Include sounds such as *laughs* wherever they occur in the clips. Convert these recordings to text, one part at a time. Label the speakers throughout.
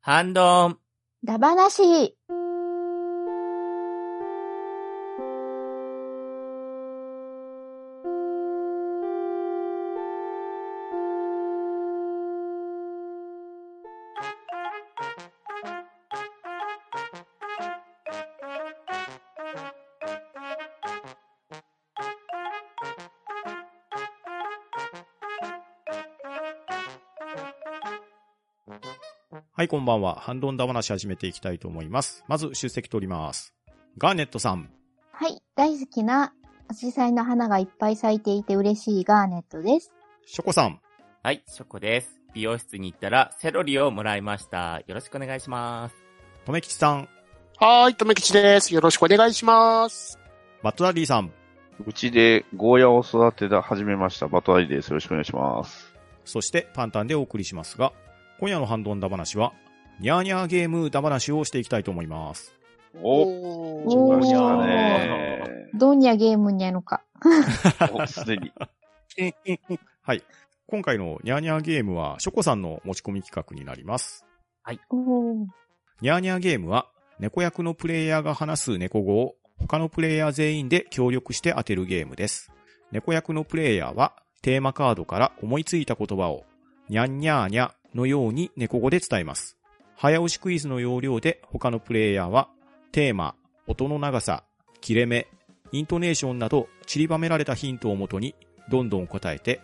Speaker 1: 反論。
Speaker 2: ダバなし。
Speaker 3: はい、こんばんは。ハンドンダ話始めていきたいと思います。まず、出席取ります。ガーネットさん。
Speaker 2: はい。大好きな、アジサイの花がいっぱい咲いていて嬉しいガーネットです。
Speaker 3: ショコさん。
Speaker 1: はい、ショコです。美容室に行ったらセロリをもらいました。よろしくお願いします。
Speaker 3: とめきちさん。
Speaker 4: はーい、とめきちです。よろしくお願いします。
Speaker 3: バットダディさん。
Speaker 5: うちでゴーヤを育てた、始めました。バトアイです。よろしくお願いします。
Speaker 3: そして、パンタンでお送りしますが、今夜のハンドンダ話は、ニャーニャーゲームダ話をしていきたいと思います。
Speaker 5: お、来
Speaker 2: お
Speaker 5: ま
Speaker 2: ー
Speaker 5: し
Speaker 2: *laughs*
Speaker 5: たね。
Speaker 2: どんにゃゲームにゃのか。
Speaker 5: おすでに。
Speaker 3: 今回のニャーニャーゲームは、ショコさんの持ち込み企画になります。
Speaker 2: おー
Speaker 3: ニャーニャーゲームは、猫役のプレイヤーが話す猫語を他のプレイヤー全員で協力して当てるゲームです。猫役のプレイヤーは、テーマカードから思いついた言葉を、ニャンニャーニャのように猫語で伝えます。早押しクイズの要領で他のプレイヤーは、テーマ、音の長さ、切れ目、イントネーションなど散りばめられたヒントをもとに、どんどん答えて、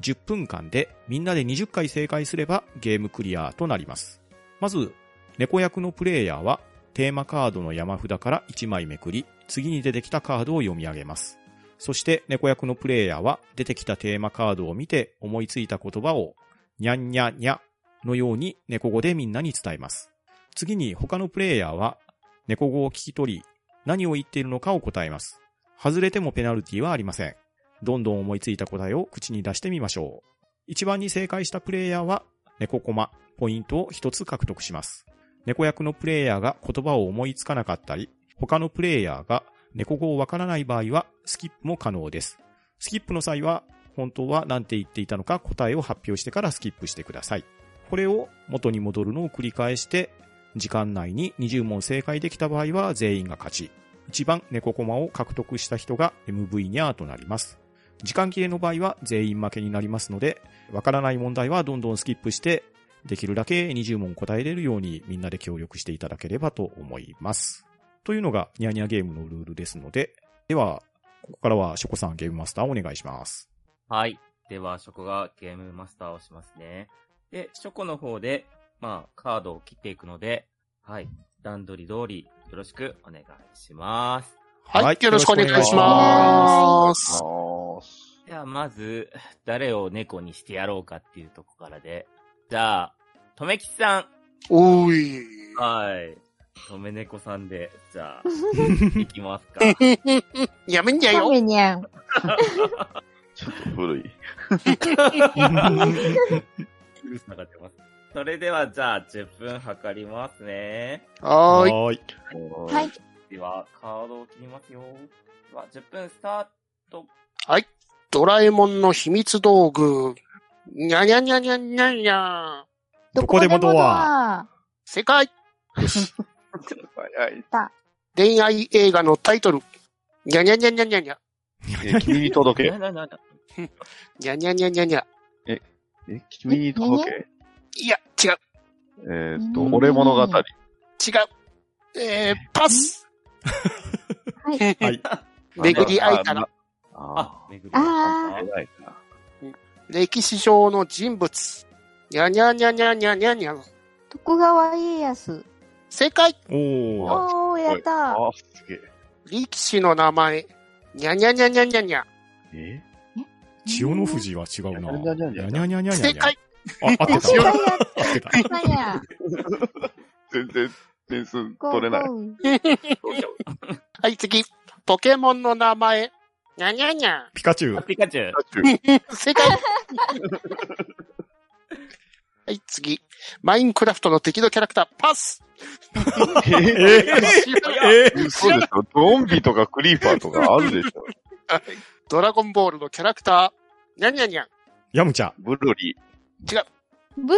Speaker 3: 10分間でみんなで20回正解すればゲームクリアとなります。まず、猫役のプレイヤーはテーマカードの山札から1枚めくり、次に出てきたカードを読み上げます。そして猫役のプレイヤーは出てきたテーマカードを見て思いついた言葉を、にゃんにゃにゃのように猫語でみんなに伝えます。次に他のプレイヤーは猫語を聞き取り、何を言っているのかを答えます。外れてもペナルティはありません。どんどん思いついた答えを口に出してみましょう。一番に正解したプレイヤーは猫コマ、ポイントを一つ獲得します。猫役のプレイヤーが言葉を思いつかなかったり、他のプレイヤーが猫語をわからない場合はスキップも可能です。スキップの際は本当は何て言っていたのか答えを発表してからスキップしてください。これを元に戻るのを繰り返して、時間内に20問正解できた場合は全員が勝ち。一番猫コマを獲得した人が MV ニャーとなります。時間切れの場合は全員負けになりますので、わからない問題はどんどんスキップしてできるだけ20問答えれるようにみんなで協力していただければと思います。というのがニャーニャーゲームのルールですので、では、ここからはショコさんゲームマスターお願いします。
Speaker 1: はい。では、ショコがゲームマスターをしますね。で、ショコの方で、まあ、カードを切っていくので、はい。段取り通り、よろしくお願いします。
Speaker 4: はい、よろしくお願いし
Speaker 2: ま
Speaker 4: ます。
Speaker 1: では、まず、誰を猫にしてやろうかっていうとこからで。じゃあ、とめきちさん。
Speaker 4: おーい。
Speaker 1: はい。とめ猫さんで、じゃ *laughs* あ、いきますか。
Speaker 4: *laughs* やめんじゃ
Speaker 2: カ
Speaker 4: よ。
Speaker 2: メニ
Speaker 3: *laughs*
Speaker 2: ャン。
Speaker 5: ちょっと古い。
Speaker 1: なんか出ますそれでは、じゃあ、10分測りますね。
Speaker 4: はーい。
Speaker 3: はーい。
Speaker 2: はい。
Speaker 1: では、カードを切りますよ。では、10分スタート。
Speaker 4: ドラえもんの秘密道具。にゃにゃにゃにゃにゃにゃ。
Speaker 3: どこでもドア
Speaker 2: どこア。
Speaker 4: 世界。
Speaker 5: 早い。
Speaker 4: 恋愛映画のタイトル。にゃにゃにゃにゃにゃにゃ。
Speaker 5: え、君に届け。
Speaker 1: なななな
Speaker 4: にゃにゃにゃにゃにゃ。
Speaker 5: え、君に届け。
Speaker 4: いや、違う、
Speaker 5: えーっと、俺物語。
Speaker 4: 違う。えー、パス。
Speaker 2: はい
Speaker 3: はい
Speaker 4: *laughs* 巡り会えたら、
Speaker 1: あ
Speaker 5: あ、
Speaker 1: めぐり。
Speaker 2: あ
Speaker 5: ー、偉いな。
Speaker 4: 歴史上の人物。にゃにゃにゃにゃにゃにゃにゃ。
Speaker 2: 徳川家康。
Speaker 4: 正解。
Speaker 3: おー。
Speaker 2: おー、やった
Speaker 5: あ
Speaker 2: ー。
Speaker 5: ー、すげ
Speaker 4: 力士の名前。にゃにゃにゃにゃにゃにゃ。
Speaker 5: え。え
Speaker 3: 千代の富士は違うな。
Speaker 5: にゃにゃに
Speaker 3: に
Speaker 5: ゃにゃ
Speaker 3: ゃにゃにゃにゃ
Speaker 4: 正解。
Speaker 3: あ、合って
Speaker 2: 正解
Speaker 3: た。
Speaker 2: やっ
Speaker 3: 合ってた。
Speaker 2: たや。
Speaker 5: 全然、点数
Speaker 2: ゴー
Speaker 5: *laughs* 取れない。
Speaker 2: ゴー
Speaker 4: はい、次。ポケモンの名前。にゃにゃにゃ。
Speaker 3: ピカチュ
Speaker 1: あ
Speaker 3: ウ。
Speaker 1: ピカチュウ。
Speaker 4: 正
Speaker 5: *laughs*
Speaker 4: 解。はい、次。マインクラフトの敵のキャラクター。パス。
Speaker 5: え
Speaker 3: え
Speaker 4: 知らない
Speaker 3: え
Speaker 5: ー、そうですよ。ゾンビとかクリーパーとかあるでしょ。
Speaker 4: ドラゴンボールのキャラクター。にゃにゃにゃ。
Speaker 3: ヤムチャ。
Speaker 5: ブルリ。
Speaker 2: ブ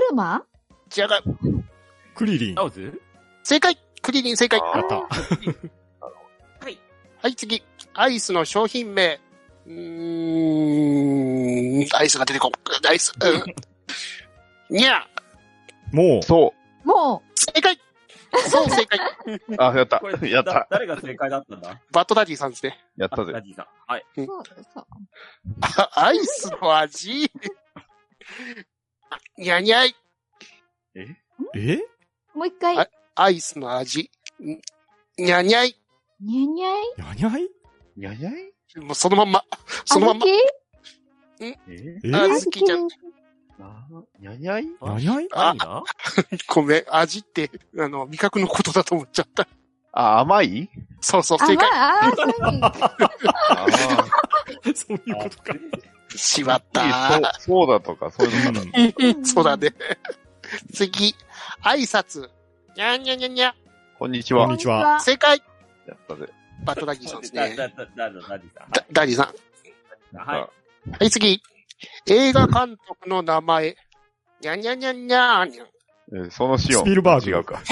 Speaker 2: ルマ
Speaker 4: 違う。
Speaker 3: クリリン。
Speaker 1: ラオズ
Speaker 4: 正解クリリン正解
Speaker 5: あ
Speaker 3: やった。
Speaker 1: はい。
Speaker 4: はい、次。アイスの商品名。うーん、アイスが出てこん。アイス。
Speaker 2: *laughs*
Speaker 4: うん。にゃ
Speaker 3: もう、
Speaker 5: そ
Speaker 2: も
Speaker 4: 正解そう、
Speaker 2: *laughs*
Speaker 4: 正解。
Speaker 5: う。あ、やった
Speaker 1: こ。れ、
Speaker 5: やっ
Speaker 1: だ
Speaker 5: た。
Speaker 1: 誰が正解だったんだ
Speaker 4: バットダディさんですね。 *laughs*
Speaker 5: やっ
Speaker 1: あ
Speaker 5: たぜ
Speaker 1: ラ。ジーさん。はい。
Speaker 2: う、そう、そう。
Speaker 4: あアイスの味。にゃにゃい。
Speaker 3: え
Speaker 2: もう一回、
Speaker 4: あアイスの味。んにゃにゃい。
Speaker 2: にゃにゃい
Speaker 3: やにゃい
Speaker 5: にゃにゃい
Speaker 4: もうそのまんま。そのまんま。
Speaker 2: ま。
Speaker 5: え
Speaker 3: え
Speaker 4: あ
Speaker 3: や
Speaker 4: 好きじゃん。
Speaker 5: なにゃにゃい
Speaker 3: にゃい
Speaker 1: 何が
Speaker 4: ごめん。味って、あの、味覚のことだと思っちゃった。
Speaker 5: あ、甘い
Speaker 4: そうそう、
Speaker 2: あ、
Speaker 4: 正
Speaker 2: ま
Speaker 4: 解。
Speaker 2: あ、あー、そういう
Speaker 3: そうい
Speaker 5: あ
Speaker 3: うことか。
Speaker 4: しまっ
Speaker 5: あ
Speaker 4: た。。
Speaker 5: *laughs* そう、そうだとか、そういうのかな。
Speaker 3: う
Speaker 4: *laughs* そうだね。次。挨拶。にゃにゃにゃにゃ。
Speaker 5: こんにち
Speaker 3: こ
Speaker 5: は
Speaker 3: んに。ちは。
Speaker 4: 正解。
Speaker 5: やったぜ。
Speaker 4: バットダディさんです
Speaker 1: だ
Speaker 4: ね。
Speaker 1: だだだだラジーさん。
Speaker 4: ダダディさん。
Speaker 1: はい。
Speaker 4: はい、次。映画監督の名前。にゃにゃにゃにゃーに
Speaker 5: えーそのシオン。
Speaker 3: スピルバーグ
Speaker 5: 違うか。
Speaker 4: ゃ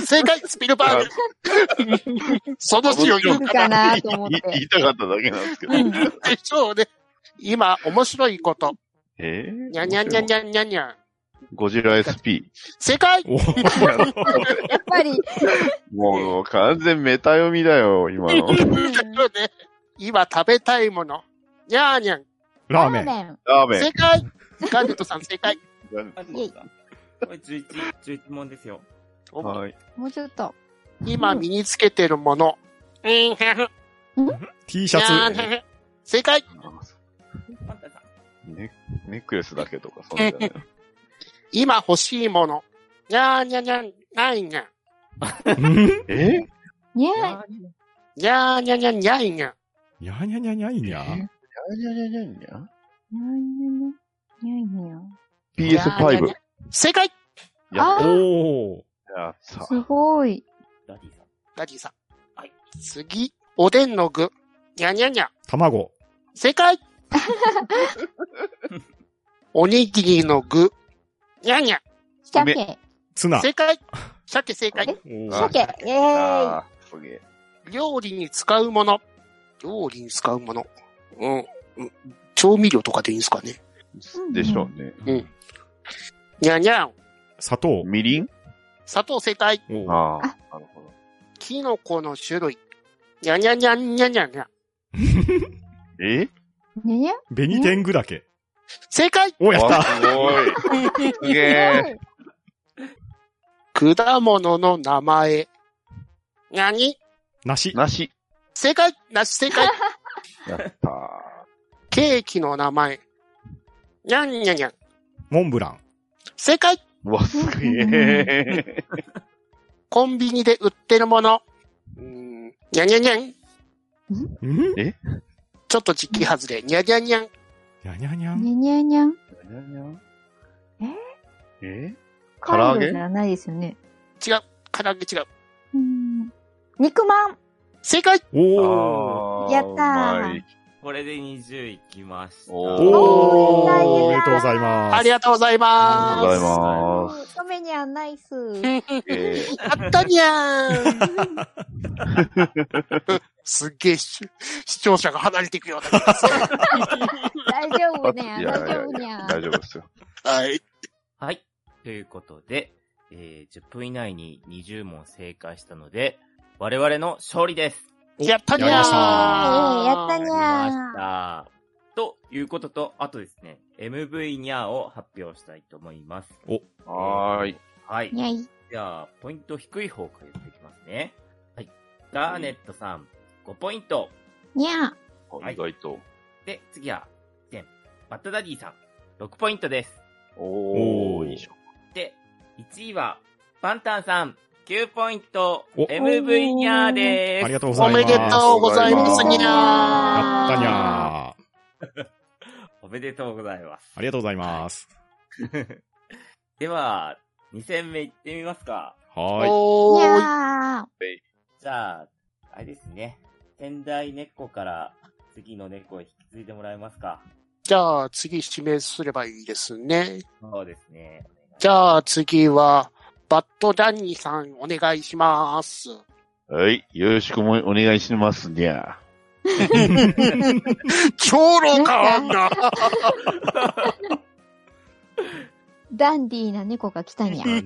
Speaker 4: ん。正解、スピルバーグ。その字を言う
Speaker 2: のかなと思っ
Speaker 5: い言
Speaker 2: て。
Speaker 5: いたかっただけなんですけど。
Speaker 2: うん
Speaker 4: でしょうね。今、面白いこと。
Speaker 5: えー
Speaker 4: にゃにゃにゃにゃにゃにゃ。
Speaker 5: ゴジラ SP。
Speaker 4: 正解
Speaker 3: おー
Speaker 2: やっぱり、
Speaker 5: *laughs* もう完全メタ読みだよ、今の。
Speaker 4: でしょうね。今、食べたいもの。にゃーにゃん。
Speaker 3: ラー
Speaker 4: *laughs*
Speaker 3: メン。
Speaker 2: ン。
Speaker 5: *laughs* ラーメン
Speaker 4: 正。解ガーネットさん、正解。
Speaker 1: ラジ
Speaker 2: イェ
Speaker 1: ー
Speaker 2: イ
Speaker 1: さんこれ11、11問ですよ。
Speaker 5: はい。
Speaker 2: もうちょっと。
Speaker 4: 今、身につけてるもの。うん、へへ。
Speaker 3: T シ
Speaker 4: にゃー
Speaker 3: ャ
Speaker 4: にゃん
Speaker 3: ツ。
Speaker 4: へへ正解
Speaker 1: パンタさん。
Speaker 5: ネネックレスだけとか、そんなんじゃない
Speaker 4: 今、欲しいもの。にゃーにゃにゃん、ないにゃん。
Speaker 3: うん
Speaker 5: え
Speaker 2: に
Speaker 1: い
Speaker 2: ゃ
Speaker 1: や
Speaker 2: い。
Speaker 4: にゃーにゃにゃにゃいにゃん。
Speaker 3: にゃにゃにゃにゃいにゃ。
Speaker 5: にゃにゃにゃにゃにゃ
Speaker 2: にゃいにゃい。にゃいにゃい。
Speaker 5: ?PS5。
Speaker 4: 正解
Speaker 5: やっ
Speaker 2: あ
Speaker 3: おー。
Speaker 5: やった。
Speaker 2: すごい。
Speaker 1: ラジーさん。
Speaker 4: ダディさん。
Speaker 1: はい。
Speaker 4: 次、おでんの具。にゃにゃにゃ。
Speaker 3: 卵。
Speaker 1: *laughs*
Speaker 4: 正解おにぎりの具。にゃにゃ。
Speaker 2: 鮭。
Speaker 3: ツナ。
Speaker 4: 正解鮭正解。
Speaker 3: おー
Speaker 5: あ
Speaker 2: 鮭。イェーイ。
Speaker 5: あー、すげえ。
Speaker 4: 料理に使うもの。料理に使うもの。うん。うん調味料とかでいいんですかね。
Speaker 5: でしょうね。
Speaker 4: にゃにゃ。
Speaker 3: 砂糖。
Speaker 5: みりん
Speaker 4: 砂糖正解。
Speaker 3: おー
Speaker 5: ああ、なるほど。
Speaker 4: キノコの種類。にゃにゃにゃにゃにゃにゃ。
Speaker 5: え
Speaker 2: にゃにゃ
Speaker 3: 紅天狗だけ。
Speaker 4: 正解
Speaker 3: お、やっ
Speaker 5: わ
Speaker 3: た。
Speaker 5: すごい。すげえ。
Speaker 2: い。
Speaker 4: 果物の名前。にゃに。
Speaker 3: 梨。
Speaker 5: 梨。
Speaker 4: 正解なし正解
Speaker 5: やった
Speaker 4: ケーキの名前。にゃんにゃにゃん。
Speaker 3: モンブラン。
Speaker 4: 正解
Speaker 5: ー。わ、すげえ。
Speaker 4: コンビニで売ってるもの。うーんにゃにゃにゃん。
Speaker 3: ん
Speaker 4: ちょっと時期外れ。にゃにゃにゃん。
Speaker 3: にゃにゃにゃん。
Speaker 2: にゃにゃにゃん。
Speaker 5: え唐揚
Speaker 2: カ
Speaker 5: げ
Speaker 2: ルじゃないですよね。
Speaker 4: 違う。唐揚げ違う。
Speaker 2: うん。肉まん。
Speaker 4: 正解
Speaker 3: おー。
Speaker 5: あー
Speaker 2: やったー
Speaker 5: うまい
Speaker 1: これで20いきました。
Speaker 5: お
Speaker 2: ー
Speaker 5: ー。
Speaker 3: おめでとうございます。
Speaker 4: ありがとうござい
Speaker 5: ありがとうござい
Speaker 4: ま
Speaker 5: ます。
Speaker 2: トメニャンナイス。
Speaker 5: すげえ
Speaker 4: す。あったにゃーん。
Speaker 5: *laughs*
Speaker 4: すっげえ視 *laughs* 視聴者が離れていくような気がする。
Speaker 2: 大丈夫ね
Speaker 5: *laughs* いや
Speaker 2: ゃ。
Speaker 5: いやい
Speaker 2: 大
Speaker 5: や
Speaker 2: 丈夫にゃ。
Speaker 5: 大丈夫ですよ。
Speaker 4: はい。
Speaker 1: はい。ということで、えー10分以内に20問正解したので、我々の勝利です
Speaker 4: やったにゃー
Speaker 3: やりまし
Speaker 2: ええやった
Speaker 4: に
Speaker 2: に
Speaker 1: や
Speaker 2: ゃ
Speaker 1: りました。ということと、あとですね、MV にゃーを発表したいと思います。
Speaker 5: はーい。
Speaker 1: はい。
Speaker 2: にゃい。
Speaker 1: じゃあ、ポイント低い方から言っていきますね。はい。ガーネットさん、5ポイント。
Speaker 2: にゃ。
Speaker 1: はい
Speaker 5: 意外と。
Speaker 1: で、次は、以前バッドダディさん、6ポイントです。
Speaker 5: お
Speaker 3: おー
Speaker 5: ー、いいじゃん。
Speaker 1: で、1位は、パンタンさん、9ポイント、
Speaker 3: お
Speaker 1: MV にゃーでーす。
Speaker 3: ありがとうござ
Speaker 4: お
Speaker 3: います。
Speaker 4: めでとうございます、に
Speaker 3: や
Speaker 4: ゃ
Speaker 3: ったに
Speaker 4: ー。
Speaker 3: ゃー。
Speaker 1: おめでとうございます。
Speaker 3: ありがとうございます。
Speaker 1: では、2戦目行ってみますか。
Speaker 3: はーい。
Speaker 4: お
Speaker 2: に
Speaker 4: ーい。
Speaker 2: ゃ
Speaker 1: じゃあ、あれですね。仙台猫から次の猫へ引き継いでもらえますか。
Speaker 4: じゃあ、次指名すればいいですね。
Speaker 1: そうですね。
Speaker 4: じゃあ、次は、バッドダンニーさん、お願いします。
Speaker 5: はい。よろしくもお願いしますにゃ。
Speaker 4: 超老 *laughs* 感あんな。
Speaker 2: ダンディーな猫が来たにゃ。
Speaker 5: お願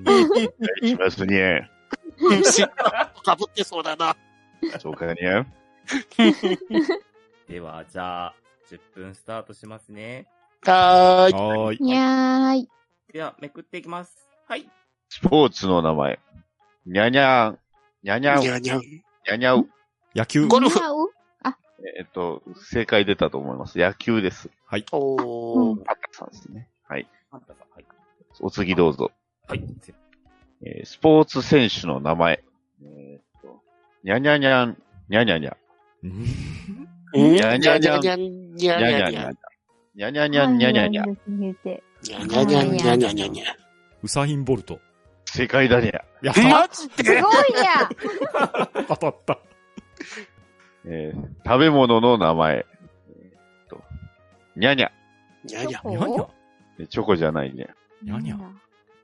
Speaker 5: いしますにゃ。
Speaker 4: シッかぶってそうだな。
Speaker 5: そうかにゃ。
Speaker 1: では、じゃあ、10分スタートしますね。
Speaker 4: はーい。
Speaker 3: はーい。
Speaker 2: にゃーい。
Speaker 1: では、めくっていきます。はい。
Speaker 5: スポーツの名前。にゃにゃん。にゃにゃん。
Speaker 4: に
Speaker 5: に
Speaker 4: ゃにゃん。
Speaker 5: ゃにゃう。
Speaker 3: 野球。
Speaker 4: ゴルフ
Speaker 2: にゃう
Speaker 5: えっと、正解出たと思います。野球です。
Speaker 4: おー。
Speaker 5: パッタさんですね。はい。
Speaker 1: パンタさん、はい。
Speaker 5: お次どうぞ。
Speaker 1: はい。
Speaker 5: えースポーツ選手の名前。えー、と、にゃにゃにゃん、にゃにゃにゃ、
Speaker 4: に
Speaker 5: ゃにゃにゃ
Speaker 4: にゃに
Speaker 5: に
Speaker 4: ゃ
Speaker 5: ゃにゃ
Speaker 4: に
Speaker 5: に
Speaker 4: ゃ
Speaker 5: ゃにゃ、にゃにゃにゃにゃにゃ、
Speaker 2: はい言うて
Speaker 4: にゃにゃにゃにゃにゃにゃにゃ。
Speaker 3: ウサイン・ボルト。
Speaker 5: 正解だにゃ。
Speaker 3: やった
Speaker 4: マジ
Speaker 2: すごい
Speaker 4: で
Speaker 2: に
Speaker 3: *laughs*
Speaker 2: ゃ
Speaker 3: 当たった。
Speaker 5: えー食べ物の名前。えー、と、にゃにゃ、
Speaker 4: にゃにゃ。
Speaker 3: にゃにゃ
Speaker 5: えチョコじゃないにゃ、
Speaker 3: にゃにゃ
Speaker 2: なんだ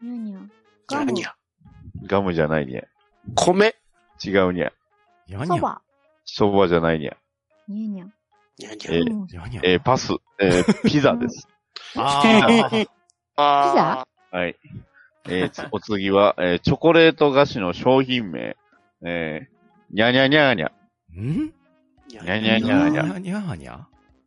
Speaker 2: にゃにゃ。ガ
Speaker 4: にゃ
Speaker 2: ム
Speaker 4: にゃ。
Speaker 5: ガムじゃないにゃ、
Speaker 4: 米。
Speaker 5: 違うにゃ、
Speaker 3: にゃ
Speaker 2: そ
Speaker 3: にゃ
Speaker 2: ば。
Speaker 5: そばじゃないにゃ、
Speaker 2: にゃにゃ。
Speaker 4: にゃにゃ。
Speaker 5: えー
Speaker 2: うん
Speaker 3: にゃにゃ。
Speaker 5: えーパス、えーピザです。
Speaker 3: あー
Speaker 4: あ
Speaker 5: はい。えーつお次は、えーチョコレート菓子の商品名。えー、にゃにゃにゃにゃ、
Speaker 3: ん
Speaker 4: ー
Speaker 5: にゃにゃにゃにゃ
Speaker 3: にゃにゃに
Speaker 2: にゃ
Speaker 3: ゃ
Speaker 2: にゃ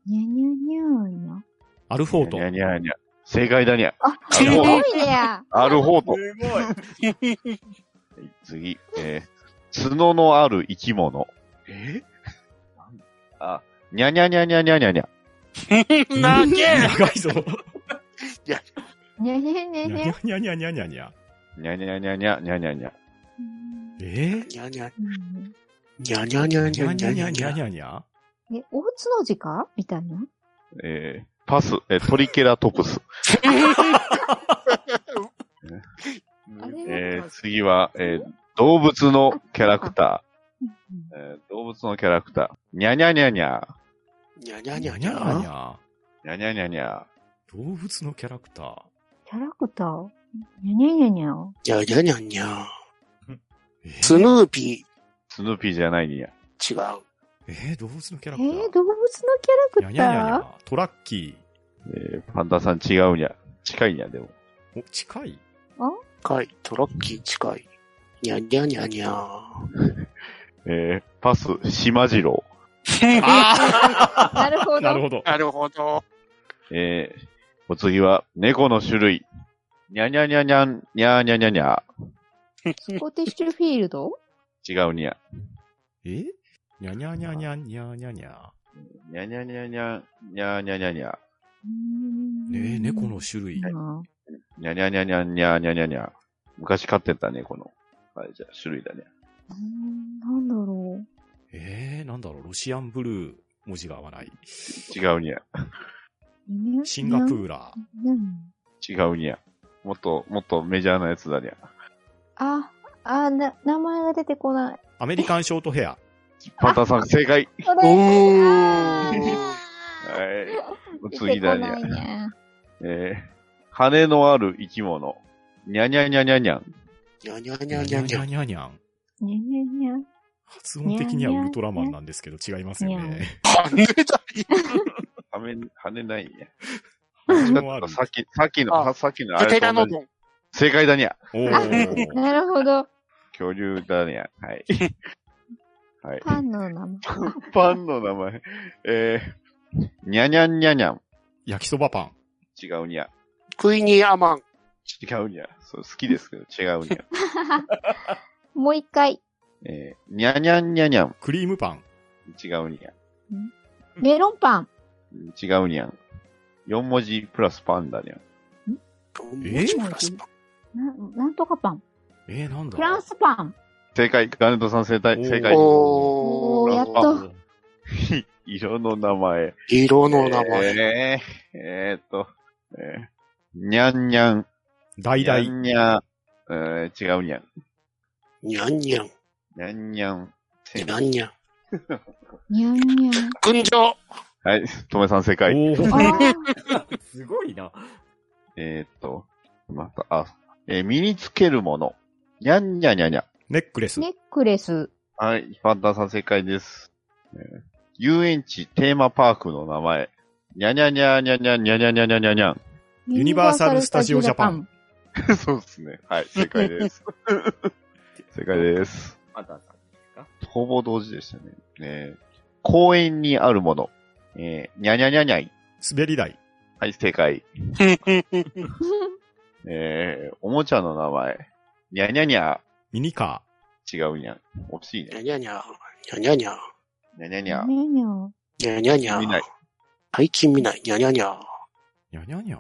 Speaker 2: にゃにゃ。
Speaker 3: アルフォート
Speaker 5: に。ゃにゃにゃ、正解だにゃ。
Speaker 2: あ、
Speaker 5: す
Speaker 2: す
Speaker 5: ごい
Speaker 2: ごいにゃ。
Speaker 5: アルフォート。
Speaker 1: すごい。
Speaker 5: はい次、えー角のある生き物。えなんあ、にゃにゃにゃにゃにゃにゃにゃ。
Speaker 4: なげえ
Speaker 3: 長いぞ。
Speaker 2: にゃにゃにゃにゃ。
Speaker 3: にゃにゃにゃにゃにゃにゃ。
Speaker 5: にゃにゃにゃにゃにゃにゃにゃ。
Speaker 2: うん
Speaker 3: えー
Speaker 4: にゃにゃ。
Speaker 2: うん
Speaker 4: にゃにゃにゃに
Speaker 3: に
Speaker 4: ゃ
Speaker 3: ゃに
Speaker 4: に
Speaker 3: ゃ
Speaker 4: ゃ
Speaker 3: に
Speaker 4: に
Speaker 3: ゃにゃ
Speaker 4: ゃにゃ
Speaker 3: に。ゃにゃ
Speaker 2: え、大津の字かみたいな。
Speaker 5: えーパス、えートリケラトプス。
Speaker 2: あれ
Speaker 5: えー次は、えー動物のキャラクタ
Speaker 2: うん
Speaker 5: ー。えー動物のキャラクター。にゃにゃにゃにゃ。
Speaker 4: にゃにゃ
Speaker 3: に
Speaker 4: に
Speaker 3: ゃ
Speaker 4: ゃ
Speaker 3: に
Speaker 4: に
Speaker 3: ゃに
Speaker 4: ゃ。
Speaker 3: ゃ
Speaker 5: にゃにゃにゃにゃ。
Speaker 3: 動物のキャラクター。
Speaker 2: キャラクターにゃにゃにゃにゃ。
Speaker 4: にゃにゃにゃにゃ。
Speaker 3: えー
Speaker 4: スヌーピ
Speaker 5: スヌーピーじゃないにゃ。
Speaker 4: ー。違う。
Speaker 3: えー動物のキャ
Speaker 2: え
Speaker 3: ラクター。
Speaker 2: ー、動物のキャラク
Speaker 3: に
Speaker 2: タ
Speaker 3: ゃ
Speaker 2: ー
Speaker 3: にゃにゃ。トラッキ
Speaker 5: えーパンダさん違うにゃ。近いにゃ、でも。
Speaker 3: ー。お、近い
Speaker 4: 近い。トラッキー近い。にゃにゃにゃにゃ。
Speaker 5: えーパス、しまじろ
Speaker 2: *laughs* なるほ
Speaker 3: なる
Speaker 2: ど。
Speaker 3: ほど。
Speaker 4: なるほど。
Speaker 5: う。えーお次は、猫の種類。にゃにゃにゃにゃん、にゃーにゃにゃにゃ。
Speaker 2: スコティッシュフィールド
Speaker 5: 違うにゃ。
Speaker 3: えにゃにゃにゃにゃにゃにゃにゃ。
Speaker 5: にゃにゃにゃにゃ、にゃーにゃにゃにゃ、
Speaker 2: うーん
Speaker 3: ねえ、猫の種類。
Speaker 2: うん
Speaker 5: にゃにゃにゃにゃにゃにゃにゃにゃ。昔飼ってたね、この。あれじゃ、種類だね。
Speaker 2: うんなんだろう。
Speaker 3: えー、なんだろう、ロシアンブルー、文字が合わない。
Speaker 5: 違うにゃ、
Speaker 2: にゃ
Speaker 3: シンガプーラー。
Speaker 2: にゃうん
Speaker 5: 違うにゃ。もっと、もっとメジャーなやつだにゃ。
Speaker 2: あ、あ、な、名前が出てこない。
Speaker 3: アメリカンショートヘア。
Speaker 5: パンタさん、正解
Speaker 2: お
Speaker 4: お
Speaker 2: あ *laughs*
Speaker 4: ー。
Speaker 5: は
Speaker 2: ー
Speaker 5: い。お
Speaker 2: 出
Speaker 5: 次
Speaker 2: て
Speaker 5: だ
Speaker 2: こ
Speaker 5: に
Speaker 2: な
Speaker 5: ゃ
Speaker 2: い。ね。
Speaker 5: えー、羽のある生き物。にゃにゃにゃにゃにゃん。
Speaker 4: にゃにゃにゃにゃにゃ。
Speaker 3: にゃにゃん。
Speaker 2: にゃにゃにゃ。
Speaker 3: 発音的にはウルトラマンなんですけど、違いますよね。
Speaker 4: 跳ねたり。
Speaker 5: 羽、羽ないね。
Speaker 3: 発音ある
Speaker 5: さっき、さっきの、
Speaker 4: あ
Speaker 5: さっきのあ
Speaker 4: プ
Speaker 5: れ
Speaker 4: テ
Speaker 5: と
Speaker 4: ラ
Speaker 5: 同
Speaker 4: ノ
Speaker 5: じ
Speaker 4: ドン。
Speaker 5: 正解だにゃ。
Speaker 3: おー。
Speaker 2: なるほど。
Speaker 5: 恐竜だにゃ。
Speaker 2: *laughs*
Speaker 5: はい。はい。
Speaker 2: パンの名前。
Speaker 5: パンの名前。えー、にゃにゃんにゃにゃん。
Speaker 3: 焼きそばパン。
Speaker 5: 違うにゃ。
Speaker 4: クイニーアマン。
Speaker 5: 違うにゃ。そう、好きですけど、違うにゃ。
Speaker 2: もう一回。
Speaker 5: えー、にゃにゃんにゃにゃん。
Speaker 3: クリームパン。
Speaker 5: 違うにゃ。
Speaker 2: メロンパン。
Speaker 5: 違うにゃん。4文字プラスパンダにゃん。
Speaker 3: え
Speaker 2: ななんとかパン。
Speaker 3: えー、なんだ
Speaker 2: フランスパン。
Speaker 5: 正解。ガネットさん正解。
Speaker 3: おー
Speaker 5: 正解。
Speaker 4: お
Speaker 2: おーやっと。
Speaker 5: 色の名前。
Speaker 4: 色の名前。
Speaker 5: えー、えーっと、えー、にゃんにゃん。
Speaker 3: 大
Speaker 5: にゃ
Speaker 3: 々。
Speaker 5: んにゃん。えー、違うにゃん。
Speaker 4: にゃんにゃん。
Speaker 5: にゃんにゃん。
Speaker 4: にゃんにゃん。
Speaker 2: にゃんに
Speaker 5: *laughs*
Speaker 2: ゃん。
Speaker 4: 群青。
Speaker 5: はい、とめさん正解。
Speaker 3: おー。
Speaker 2: あー
Speaker 1: すごいな。
Speaker 5: えーっと、また、あ、えー身につけるもの。にゃんにゃにゃにゃ。
Speaker 3: ネックレス。
Speaker 2: ネックレス。
Speaker 5: はい、パンダさん正解です。えー遊園地テーマパークの名前。にゃにゃにゃにゃにゃにゃにゃにゃにゃにゃにゃ
Speaker 3: ユニバーサルスタジオジャパン
Speaker 2: ユニバーサルスタジオジャパン。
Speaker 5: ん。 *laughs* そうですね。はい、正解
Speaker 3: *laughs*
Speaker 5: です。正解です。
Speaker 1: パンダさんですか
Speaker 5: ほぼ同時でしたね。えー公園にあるもの。えー、にゃにゃにゃにゃい。
Speaker 3: 滑り台。
Speaker 5: はい、正解。えー、おもちゃの名前。にゃにゃにゃ。
Speaker 3: ミニカ
Speaker 5: 違うにゃん。惜しい
Speaker 4: にゃ
Speaker 5: ね。
Speaker 4: にゃにゃ、にゃにゃ
Speaker 5: にゃにゃにゃ。
Speaker 2: ニャニャ
Speaker 4: にゃ、にゃにゃ
Speaker 5: 見
Speaker 4: に
Speaker 5: な
Speaker 4: ゃ
Speaker 5: い。
Speaker 4: 最近見ない。にゃにゃにゃ、
Speaker 3: ー。にゃにゃにゃ。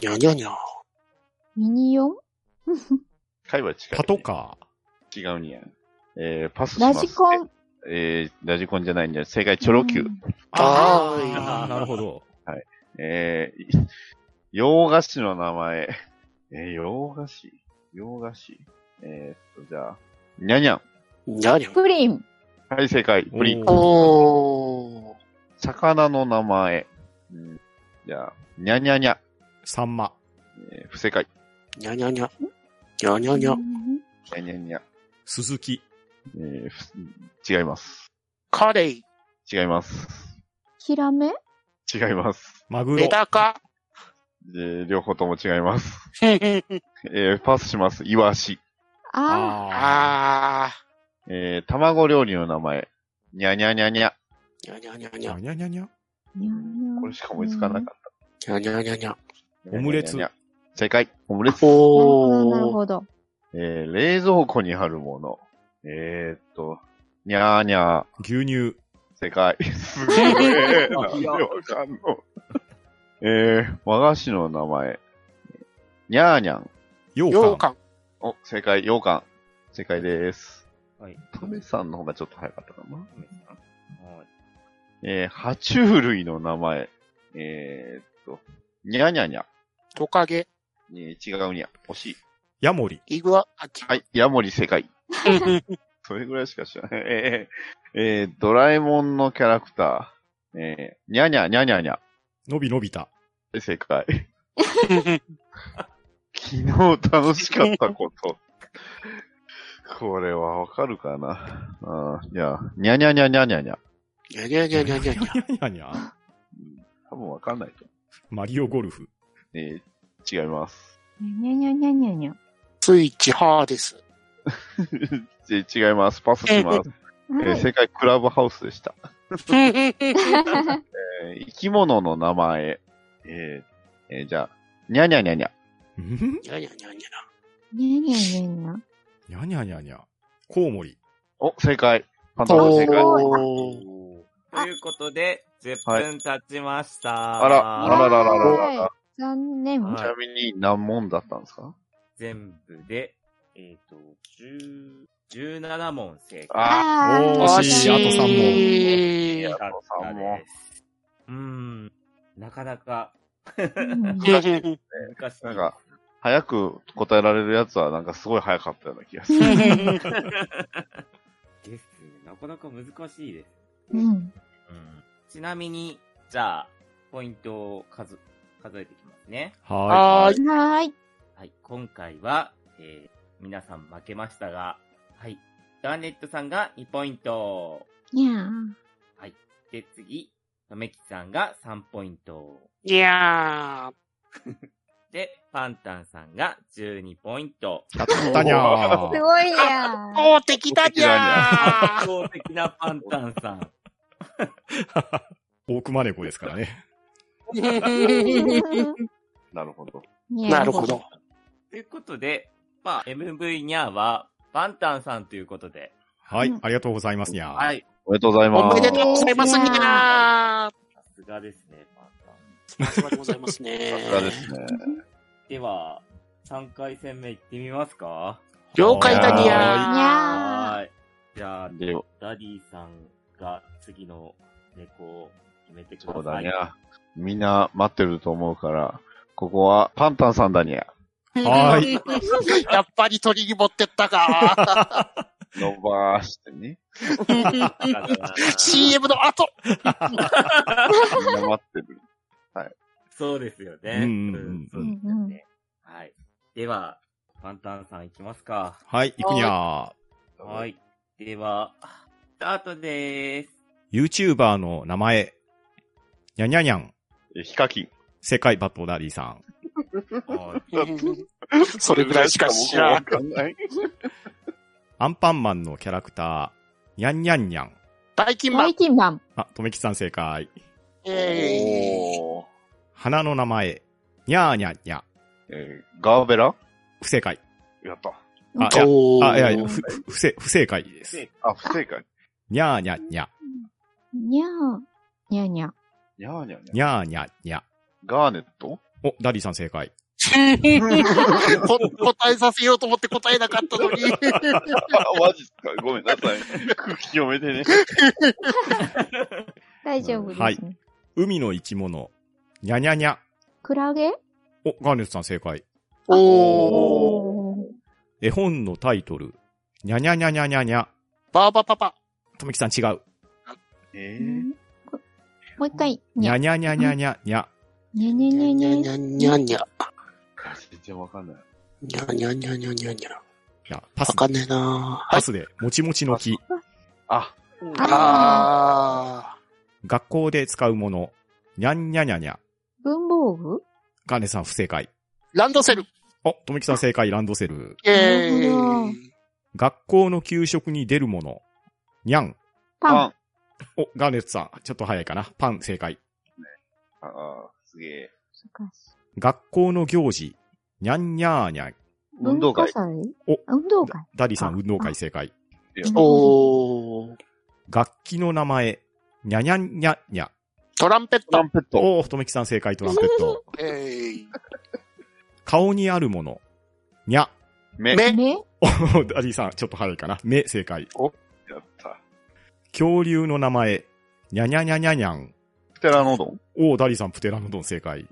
Speaker 4: にゃにゃにゃ、
Speaker 2: ミニオン
Speaker 5: 会話近い、
Speaker 3: パトカ
Speaker 5: 違うにゃん。えー、パスしま
Speaker 2: ラ
Speaker 5: す。
Speaker 2: ジコン。
Speaker 5: えー、ラジコンじゃないんだよ。正解、チョロ Q。
Speaker 2: うん
Speaker 3: ー。
Speaker 4: あー
Speaker 3: あーなるほど。
Speaker 5: えー、 *laughs* 洋菓子の名前。えー、洋菓子洋菓子えー、っと、じゃあ、にゃにゃん。
Speaker 4: にゃにゃ。
Speaker 2: プリン。
Speaker 5: はい、正解。プリン。
Speaker 3: おー
Speaker 4: おー。
Speaker 5: 魚の名前。うん、じゃあ、にゃにゃにゃ。
Speaker 3: サンマ。
Speaker 5: えー、不正解。
Speaker 4: にゃにゃにゃ、にゃにゃにゃ。
Speaker 5: にゃにゃにゃ。
Speaker 3: 鈴木。
Speaker 5: えーふ、違います。
Speaker 4: カレイ、
Speaker 5: 違います。
Speaker 2: ヒラメ
Speaker 5: 違います。
Speaker 3: マグロ
Speaker 4: メ。ダカ。
Speaker 5: えー、両方とも違います。えー、パスします。イワシ。
Speaker 2: あ
Speaker 3: あ
Speaker 4: あ
Speaker 5: えー、卵料理の名前。にゃにゃにゃにゃ。
Speaker 4: ー。にゃにゃにゃ
Speaker 3: ー。
Speaker 4: に
Speaker 3: にゃ
Speaker 4: ゃ、
Speaker 3: にゃにゃにゃ。
Speaker 2: ー。ニャニャ
Speaker 5: これしか思いつかなかっ
Speaker 4: にゃにゃにゃにゃ。
Speaker 5: た。
Speaker 3: オムレツ
Speaker 5: にゃにゃにゃにゃ。正解。オムレツ。
Speaker 2: なるほど、なる
Speaker 4: おー。
Speaker 2: ほど。
Speaker 5: えー、冷蔵庫に貼るもの。えー、っと、にゃーにゃー。
Speaker 3: 牛乳。
Speaker 5: 正解。すげえ。なんでわかんの。えー、和菓子の名前。にゃーにゃん。
Speaker 3: 羊
Speaker 4: 羊
Speaker 3: 羹。
Speaker 4: 羹。
Speaker 5: お、正解。羊羹。正解です。
Speaker 1: はい。
Speaker 5: トメさんの方がちょっと早かったかな。
Speaker 1: 亀さんはい。
Speaker 5: えー、爬虫類の名前。えー、っと、にゃにゃにゃ。
Speaker 4: トカゲ、
Speaker 5: えー、違うにゃ。惜しい。
Speaker 3: ヤモリ。
Speaker 4: イグア、あ、 *laughs*
Speaker 5: はい。ヤモリ正解。それぐらいしか知らない。えー、えー、ドラえもんのキャラクター。えー、にゃにゃにゃにゃにゃ。
Speaker 3: のびのびた。
Speaker 5: 正解。昨日楽しかったこと。これはわかるかな。あーいや、にゃにゃにゃにゃにゃにゃ。
Speaker 4: にゃにゃにゃにゃにゃにゃ。
Speaker 3: にゃにゃ。
Speaker 5: 多分わかんないと思
Speaker 3: マリオゴルフ。
Speaker 5: う。えー、違います。 *laughs*
Speaker 2: ニャニャニャニャニャ。
Speaker 4: スイッチ、ハーです。
Speaker 5: えー違います。パスします。
Speaker 2: は
Speaker 5: えー
Speaker 2: い
Speaker 5: 正解、クラブハウスでした。
Speaker 2: は
Speaker 5: えー生き物の名前。えーえーじゃあ、にゃにゃにゃにゃ。
Speaker 3: ん
Speaker 4: にゃにゃにゃにゃ。
Speaker 2: いにゃにゃにゃにゃ。
Speaker 3: にゃにゃにゃにゃ。コウモリ。
Speaker 5: お、正解。パンダさん正解。
Speaker 4: おー。
Speaker 1: ということで、10分経ちました。
Speaker 5: あら、あららららら
Speaker 2: は
Speaker 5: ら。
Speaker 2: い残念。
Speaker 1: はい
Speaker 5: ちなみに何問だったんですか
Speaker 1: 全部で、えっ、と、10 17問正解。
Speaker 5: あ
Speaker 2: ー
Speaker 3: 惜
Speaker 4: 惜
Speaker 3: し
Speaker 4: し
Speaker 3: い
Speaker 4: い。
Speaker 3: あ
Speaker 1: だ
Speaker 3: と三問
Speaker 5: いや
Speaker 1: った
Speaker 5: も
Speaker 1: です。うーん、なかなか
Speaker 2: うん
Speaker 1: 難しい。
Speaker 5: なんか、早く答えられるやつはなんかすごい早かったような気がする。
Speaker 1: ですね。なかなか難しいです。
Speaker 2: うん。
Speaker 1: うん、ちなみに、じゃあ、ポイントを数、数えていきますね。
Speaker 3: は
Speaker 4: はーい。
Speaker 2: はーい。
Speaker 1: はい、今回は、えー、皆さん負けましたが、はい、ダーネットさんが2ポイント。
Speaker 2: にゃー。
Speaker 1: で、次、とめきさんが3ポイント。
Speaker 4: いや
Speaker 1: で、パンタンさんが12ポイント。
Speaker 3: い。やったにゃ
Speaker 2: す
Speaker 3: ー。
Speaker 2: ごいにゃ
Speaker 4: ー。
Speaker 2: ー。
Speaker 4: 公的だにゃ
Speaker 1: 圧
Speaker 4: ー。
Speaker 1: 倒的なパンタンさん。
Speaker 3: オークマネコですからね。
Speaker 5: *laughs* なるほど。
Speaker 2: *laughs* にゃー
Speaker 4: なるほど。。
Speaker 1: ということで、まあ、MV にゃーは、パンタンさんということで。
Speaker 3: は
Speaker 2: う
Speaker 3: い
Speaker 2: ん。
Speaker 3: ありがとうございますにゃー。
Speaker 1: はい。
Speaker 5: おめでとうございます。
Speaker 4: おめでとうございますにゃー。
Speaker 1: さすがですね、パンタン。
Speaker 4: さすがでございます
Speaker 5: さすがで
Speaker 4: ね。
Speaker 5: すね。
Speaker 1: では、3回戦目行ってみますか
Speaker 4: 了解だに
Speaker 2: に
Speaker 4: ゃー。
Speaker 2: ゃー。
Speaker 1: い。じゃあ、
Speaker 5: で、
Speaker 1: ダディさんが次の猫を決めてください。
Speaker 5: そうだにゃ。みんな待ってると思うから、ここはパンタンさんだにゃ。
Speaker 3: はーい。
Speaker 4: やっぱり鳥に持ってっ
Speaker 3: *laughs*
Speaker 4: たか。
Speaker 5: 伸ばしてね。
Speaker 4: CM の後。
Speaker 5: みんな待ってる。
Speaker 1: *laughs* そうですよね。
Speaker 3: うんうんうん
Speaker 1: そうですよねはい。では、パンタンさんいきますか。
Speaker 3: はい、いくにゃ
Speaker 1: は。い。では、スタートで *laughs* ーす。
Speaker 3: ー。YouTuber の名前。にゃにゃにゃん。
Speaker 5: えヒカキン。
Speaker 3: 世界バットダディさん。
Speaker 1: はい
Speaker 4: *laughs* それぐらいしか知らん。
Speaker 5: 僕もわかんない。
Speaker 3: アンパンマンのキャラクター。にゃんにゃんにゃん。
Speaker 4: バイキンマ
Speaker 2: バ
Speaker 4: ン
Speaker 2: イ。キンマン。
Speaker 3: あ、とめきさん正解。
Speaker 4: えー
Speaker 5: おー
Speaker 3: 花の名前。にゃーにゃんにゃん。
Speaker 5: えーガーベラ
Speaker 3: 不正解。
Speaker 5: やった。
Speaker 3: あ、いや、
Speaker 4: おー
Speaker 3: あ、いやいや、ふ、ふ不正、不正解です。
Speaker 5: あ、不正解。
Speaker 3: にゃーにゃんにゃん。
Speaker 2: にゃー。にゃーにゃ。
Speaker 5: にゃーにゃーにゃー。
Speaker 3: にゃーにゃんにゃん。
Speaker 5: ガーネット
Speaker 3: お、ダディさん正解。
Speaker 4: *laughs* こ答えさせようと思って答えなかったのに。
Speaker 5: あ、マジっすかごめんなさい。空気読めてね。
Speaker 2: 大丈夫です、ね
Speaker 3: はい海の生き物。にゃにゃにゃ。
Speaker 2: クラゲ
Speaker 3: お、ガーネットさん正解。
Speaker 4: おー。
Speaker 2: ー
Speaker 3: 絵本のタイトル。にゃにゃにゃにゃにゃにゃ。
Speaker 4: バーバパパ。
Speaker 3: とめきさん違う。
Speaker 5: えー
Speaker 2: んこもう一回、に
Speaker 3: に
Speaker 2: ゃ
Speaker 3: ゃ。にゃにゃにゃにゃにゃ。
Speaker 2: にゃにゃにゃにゃにゃ。
Speaker 4: ゃにゃにゃ。
Speaker 5: 全然わかんない。
Speaker 4: にゃにゃにゃにゃにゃにゃ。
Speaker 3: いや、パ
Speaker 4: わ
Speaker 3: ス。
Speaker 4: かんねえな
Speaker 3: パスで、もちもちの木。
Speaker 5: あ、
Speaker 4: あ
Speaker 3: 学校で使うもの。にゃんにゃにゃにゃ。
Speaker 2: 文房具
Speaker 3: ガーネットさん不正解。
Speaker 4: ー。ランドセル。
Speaker 3: お、とめきさん正解、ランドセル。
Speaker 4: え
Speaker 2: なるほど
Speaker 4: ー。
Speaker 3: 学校の給食に出るもの。にゃん。
Speaker 2: パン。
Speaker 3: お、ガーネットさん、ちょっと早いかな。パン正解。
Speaker 5: パン。あーすげえ。
Speaker 2: 難しい
Speaker 3: 学校の行事。にゃんにゃーにゃん。
Speaker 5: 運動
Speaker 2: 文。
Speaker 5: 会
Speaker 2: 化祭
Speaker 3: お
Speaker 2: 運動会。
Speaker 3: ダディさん、
Speaker 2: あ
Speaker 3: 運動会正解。
Speaker 4: おー。
Speaker 3: 楽器の名前。にゃにゃんにゃにゃ。
Speaker 4: トランペッ
Speaker 5: トラ
Speaker 4: ト。
Speaker 5: ンペット。
Speaker 3: おー、とめきさん正解、トランペット。
Speaker 4: えー。
Speaker 3: 顔にあるもの。にゃ。 *laughs*
Speaker 5: 目。や
Speaker 4: 目。
Speaker 2: 目
Speaker 3: おダディさん、ちょっと早いかな。目正解。
Speaker 5: った。
Speaker 3: 恐竜の名前。にゃにゃにゃにゃにゃん。
Speaker 5: プテラノドン
Speaker 3: おー、ダディさん、プテラノドン正解。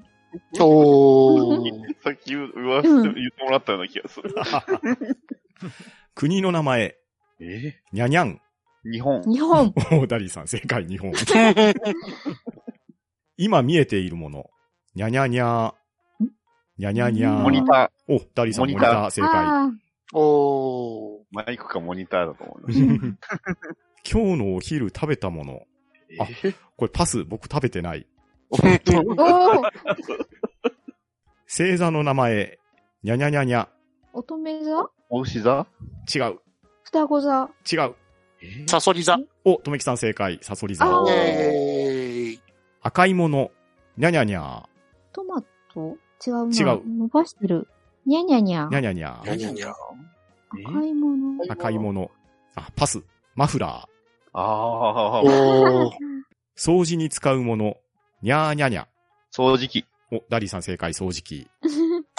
Speaker 4: おー。
Speaker 5: さっき言う言わせて、言ってもらったような気がする。
Speaker 3: 国の名前。
Speaker 5: え
Speaker 3: にゃにゃん。
Speaker 5: 日本。
Speaker 2: 日本
Speaker 3: お。ー、ダディさん、正解、日本。今見えているもの。にゃにゃにゃー。にゃにゃにゃ
Speaker 2: あ
Speaker 3: ー。
Speaker 5: モニター。
Speaker 3: お、ダリさん、モ
Speaker 5: モ
Speaker 3: ニ
Speaker 5: ニ
Speaker 3: タ
Speaker 5: タ
Speaker 3: ー
Speaker 5: ー
Speaker 3: 正解。
Speaker 2: ああ。
Speaker 4: おー。
Speaker 5: マイクかモニターだと思います。
Speaker 3: *laughs* 今日のお昼食べたもの。あ
Speaker 5: えー
Speaker 3: これパス、僕食べてない。
Speaker 2: おー
Speaker 3: 星座の名前。にゃにゃにゃにゃ。
Speaker 2: 乙女座
Speaker 5: お牛座
Speaker 3: 違う。
Speaker 2: 双子座。
Speaker 3: 違う。
Speaker 5: え
Speaker 4: サソリ座。
Speaker 3: お、とめきさん正解。サソリ座。
Speaker 2: あー
Speaker 4: えー。
Speaker 3: 赤いもの。にゃにゃにゃ。
Speaker 2: トマト違うな。
Speaker 3: 違う
Speaker 2: 伸ばしてる。にゃにゃにゃ
Speaker 3: に。ゃにゃにゃ。
Speaker 4: にゃにゃにゃ。
Speaker 2: 赤いもの。
Speaker 3: 赤いもの。あ、パス。マフラー。
Speaker 5: ああ、
Speaker 4: おー。
Speaker 3: 掃除に使うもの。にゃーにゃにゃ。
Speaker 5: 掃除機。
Speaker 3: お、ダリさん正解。掃除機。